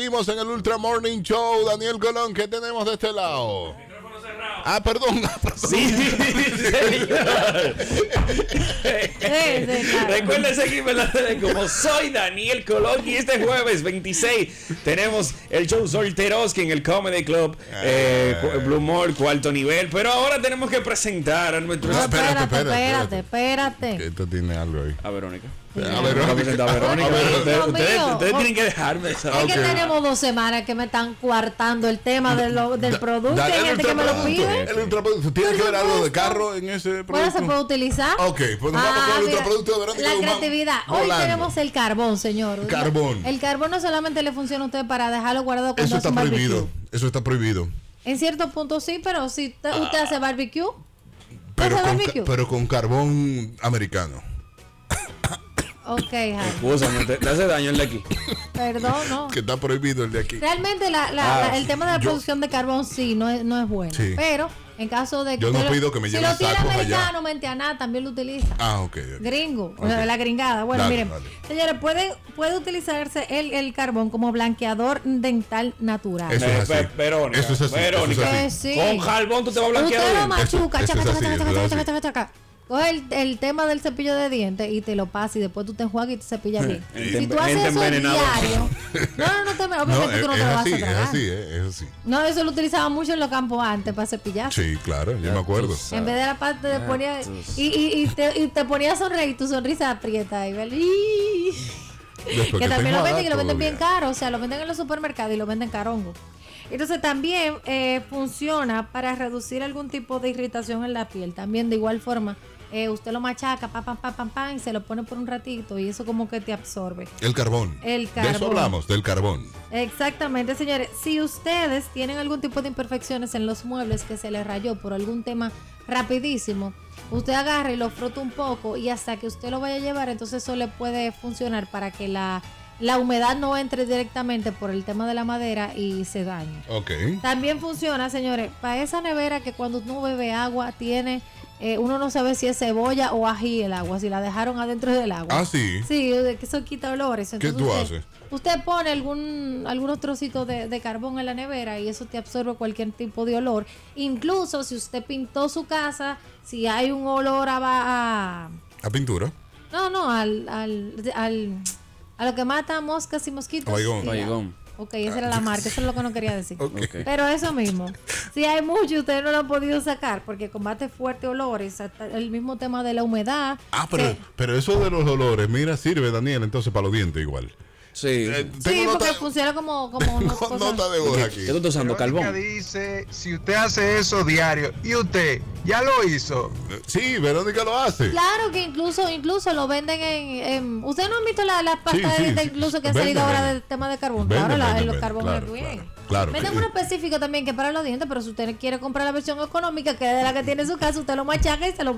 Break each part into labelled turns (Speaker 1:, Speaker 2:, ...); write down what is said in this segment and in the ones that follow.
Speaker 1: seguimos en el Ultra Morning Show. Daniel Colón, ¿qué tenemos de este lado? Ah, perdón.
Speaker 2: Sí, señor. Recuerden seguirme en las redes como soy Daniel Colón y este jueves 26 tenemos el show Solteroski en el Comedy Club eh,
Speaker 1: Ah.
Speaker 2: cu- Blue Mall, cuarto nivel. Pero ahora tenemos que presentar a nuestro...
Speaker 1: No, espérate,
Speaker 3: espérate,
Speaker 1: espérate,
Speaker 3: espérate, espérate.
Speaker 1: Esto tiene algo ahí.
Speaker 2: A Verónica.
Speaker 1: A
Speaker 2: Vamos a
Speaker 1: ver,
Speaker 2: presentar a Verónica.
Speaker 1: A ver.
Speaker 2: Ustedes,
Speaker 3: Dios
Speaker 2: ustedes-
Speaker 3: mío.
Speaker 2: ustedes tienen que dejarme esa-
Speaker 1: Ah,
Speaker 3: Es que
Speaker 1: ok.
Speaker 3: tenemos dos semanas que me están coartando el tema de lo- del
Speaker 1: da-
Speaker 3: producto.
Speaker 1: dale
Speaker 3: Hay
Speaker 1: el
Speaker 3: gente que me lo
Speaker 1: ultraproducto,
Speaker 3: pide.
Speaker 1: El ultraproducto. ¿Tiene que ver algo de
Speaker 3: Ultraproducto.
Speaker 1: carro en ese
Speaker 3: Bueno, se puede
Speaker 1: producto?
Speaker 3: utilizar. Ah,
Speaker 1: Ok, pues nos vamos con el
Speaker 3: mira,
Speaker 1: ultraproducto de Verónica
Speaker 3: La
Speaker 1: Guzmán.
Speaker 3: creatividad. Hoy
Speaker 1: Volando.
Speaker 3: tenemos el carbón, señor.
Speaker 1: Carbón.
Speaker 3: El carbón no solamente le funciona a usted para dejarlo guardado cuando
Speaker 1: Eso
Speaker 3: hace
Speaker 1: está
Speaker 3: un barbecue.
Speaker 1: prohibido. Eso está prohibido.
Speaker 3: En cierto punto sí, pero si usted, usted hace barbecue,
Speaker 1: Ah. Pero
Speaker 3: ¿Hace
Speaker 1: con,
Speaker 3: barbecue?
Speaker 1: ca- pero con carbón americano.
Speaker 3: ok, Jaime.
Speaker 2: Escúchame, te, te hace daño el de aquí.
Speaker 3: Perdón, no.
Speaker 1: Que está prohibido el de aquí.
Speaker 3: Realmente la- la-
Speaker 2: Ah,
Speaker 3: la- el tema de la
Speaker 1: yo-
Speaker 3: producción de carbón sí, no es, no es bueno.
Speaker 1: Sí.
Speaker 3: Pero en caso de que...
Speaker 1: Yo no
Speaker 3: usted lo-
Speaker 1: pido que me
Speaker 3: si
Speaker 1: lleven
Speaker 3: lo tira
Speaker 1: sacos allá.
Speaker 3: americano, mentiana, también lo utiliza.
Speaker 1: Ah, ok. ok.
Speaker 3: Gringo,
Speaker 1: Ok.
Speaker 3: la gringada. Bueno,
Speaker 1: Dale,
Speaker 3: miren,
Speaker 1: dale.
Speaker 3: señores, puede, puede utilizarse el, el carbón como blanqueador dental natural.
Speaker 1: Eso es así.
Speaker 2: Ve- Verónica,
Speaker 1: Eso es así.
Speaker 2: Verónica.
Speaker 1: Eso
Speaker 3: Eh,
Speaker 1: es así.
Speaker 3: sí.
Speaker 2: Con jarbón tú te vas a blanquear.
Speaker 3: Usted lo
Speaker 2: hoy.
Speaker 3: machuca,
Speaker 1: Eso-
Speaker 3: chaca,
Speaker 1: eso es
Speaker 3: chaca,
Speaker 1: así,
Speaker 3: chaca,
Speaker 1: eso es
Speaker 3: chaca,
Speaker 1: así.
Speaker 3: chaca, chaca. Coge el, el tema del cepillo de dientes y te lo pasa y después tú te enjuagas y te cepillas bien.
Speaker 2: Gente
Speaker 3: si tú
Speaker 2: enve-
Speaker 3: haces
Speaker 2: gente
Speaker 3: eso
Speaker 2: envenenada.
Speaker 3: diario. No, no, no te
Speaker 1: No,
Speaker 3: Obviamente
Speaker 1: es,
Speaker 3: tú no
Speaker 1: es
Speaker 3: te lo vas
Speaker 1: así,
Speaker 3: a
Speaker 1: es
Speaker 3: tragar.
Speaker 1: así, eh, es así.
Speaker 3: No, eso lo utilizaba mucho en los campos antes para cepillar.
Speaker 1: Sí, claro, yo me acuerdo.
Speaker 2: tú
Speaker 3: En vez de la parte de ponía y, y, y te, y te ponía a sonreír, tu sonrisa aprieta y, ¿vale?
Speaker 1: Después te
Speaker 3: que también lo
Speaker 1: enjuagas,
Speaker 3: venden y lo
Speaker 1: todo
Speaker 3: venden bien
Speaker 1: bien.
Speaker 3: caro, o sea, lo venden en los supermercados y lo venden carongo. Entonces también eh, funciona para reducir algún tipo de irritación en la piel. También de igual forma, eh, usted lo machaca, pam, pam, pam, pam, pam, y se lo pone por un ratito y eso como que te absorbe.
Speaker 1: El carbón.
Speaker 3: El
Speaker 1: De eso
Speaker 3: carbón.
Speaker 1: hablamos, del carbón.
Speaker 3: Exactamente, señores. Si ustedes tienen algún tipo de imperfecciones en los muebles que se les rayó por algún tema rapidísimo, usted agarra y lo frota un poco y hasta que usted lo vaya a llevar, entonces eso le puede funcionar para que la, la humedad no entre directamente por el tema de la madera y se dañe.
Speaker 1: Ok.
Speaker 3: También funciona, señores, para esa nevera que cuando uno bebe agua tiene, eh, uno no sabe si es cebolla o ají el agua, si la dejaron adentro del agua.
Speaker 1: Ah, sí.
Speaker 3: Sí, de que eso quita olores. Entonces
Speaker 1: tú
Speaker 3: usted,
Speaker 1: haces?
Speaker 3: Usted pone algún, algunos trocitos de, de carbón en la nevera y eso te absorbe cualquier tipo de olor. Incluso si usted pintó su casa, si hay un olor a... va- a-
Speaker 1: A pintura.
Speaker 3: no, no, al, al, al- a lo que mata moscas y mosquitos.
Speaker 1: Baigón.
Speaker 3: Sí,
Speaker 2: Baigón.
Speaker 3: Ok, esa era la marca, eso es lo que no quería decir.
Speaker 1: Ok.
Speaker 2: Ok.
Speaker 3: Pero eso mismo, si hay mucho, usted no lo ha podido sacar porque combate fuerte olores, hasta el mismo tema de la humedad.
Speaker 1: Ah, pero,
Speaker 3: que-
Speaker 1: pero eso de los olores, mira, sirve, Daniel, entonces para los dientes igual.
Speaker 2: Sí.
Speaker 1: Eh,
Speaker 3: Sí,
Speaker 1: tengo
Speaker 3: porque pues,
Speaker 1: nota-
Speaker 3: funciona como, como unas
Speaker 1: no-
Speaker 3: cosas-
Speaker 1: nota de voz aquí.
Speaker 2: ¿Qué tú estás usando?
Speaker 4: Verónica
Speaker 2: Carbón.
Speaker 4: dice, si usted hace eso diario y usted ya lo hizo,
Speaker 1: Sí, Verónica lo hace.
Speaker 3: Claro que incluso incluso lo venden en... en- Ustedes no han visto la- las pastas
Speaker 1: Sí,
Speaker 3: de
Speaker 1: sí,
Speaker 3: dientes
Speaker 1: sí.
Speaker 3: incluso que han
Speaker 1: Venden,
Speaker 3: salido ahora
Speaker 1: venden.
Speaker 3: del tema de carbón.
Speaker 1: Venden,
Speaker 3: Ahora la-
Speaker 1: venden,
Speaker 3: los
Speaker 1: venden,
Speaker 3: carbón
Speaker 1: claro,
Speaker 3: también.
Speaker 1: claro, claro.
Speaker 3: Venden
Speaker 1: Sí.
Speaker 3: uno específico también que para los dientes, pero si usted quiere comprar la versión económica que es de la que tiene en su casa, usted lo machaca y se lo,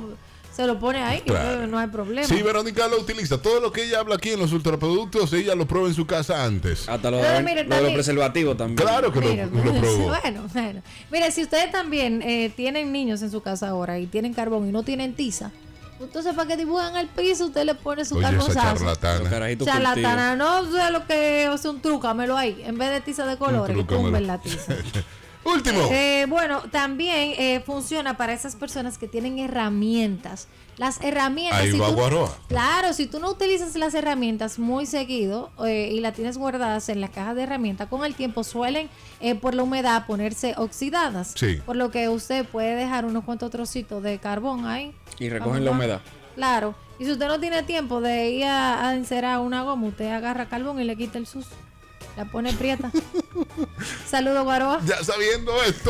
Speaker 3: se lo pone ahí. y
Speaker 1: Claro.
Speaker 3: no- No hay problema.
Speaker 1: Sí, Verónica lo utiliza. Todo lo que ella habla aquí en los ultraproductos, ella lo prueba en su casa antes.
Speaker 2: Hasta lo,
Speaker 3: Pero
Speaker 2: de-
Speaker 3: miren,
Speaker 2: lo de los
Speaker 3: Dani-
Speaker 2: preservativos también.
Speaker 1: Claro que lo,
Speaker 3: Mira,
Speaker 1: lo probó.
Speaker 3: Bueno, bueno. Mira, si ustedes también eh, tienen niños en su casa ahora y tienen carbón y no tienen tiza, entonces para que dibujan el piso, usted le pone su
Speaker 1: Oye, esa
Speaker 3: carbonzazo.
Speaker 2: Los
Speaker 1: charlatana.
Speaker 2: carajitos
Speaker 3: Charlatana, no sé lo que es un trúcamelo ahí. En vez de tiza de colores,
Speaker 1: trúcamelo.
Speaker 3: ponme la tiza.
Speaker 1: Último.
Speaker 3: Eh, bueno, también eh, funciona para esas personas que tienen herramientas. Las herramientas.
Speaker 1: Ahí
Speaker 3: si
Speaker 1: va
Speaker 3: tú-
Speaker 1: Guaroa.
Speaker 3: Claro, si tú no utilizas las herramientas muy seguido eh, y las tienes guardadas en la caja de herramientas, con el tiempo suelen, eh, por la humedad, ponerse oxidadas.
Speaker 1: Sí.
Speaker 3: Por lo que usted puede dejar unos cuantos trocitos de carbón ahí.
Speaker 2: Y recogen
Speaker 3: Vamos,
Speaker 2: la
Speaker 3: vamos.
Speaker 2: humedad.
Speaker 3: Claro. Y si usted no tiene tiempo de ir a, a encerar una goma, usted agarra carbón y le quita el sucio. La pone prieta. Saludos, Guaroa.
Speaker 1: Ya sabiendo esto.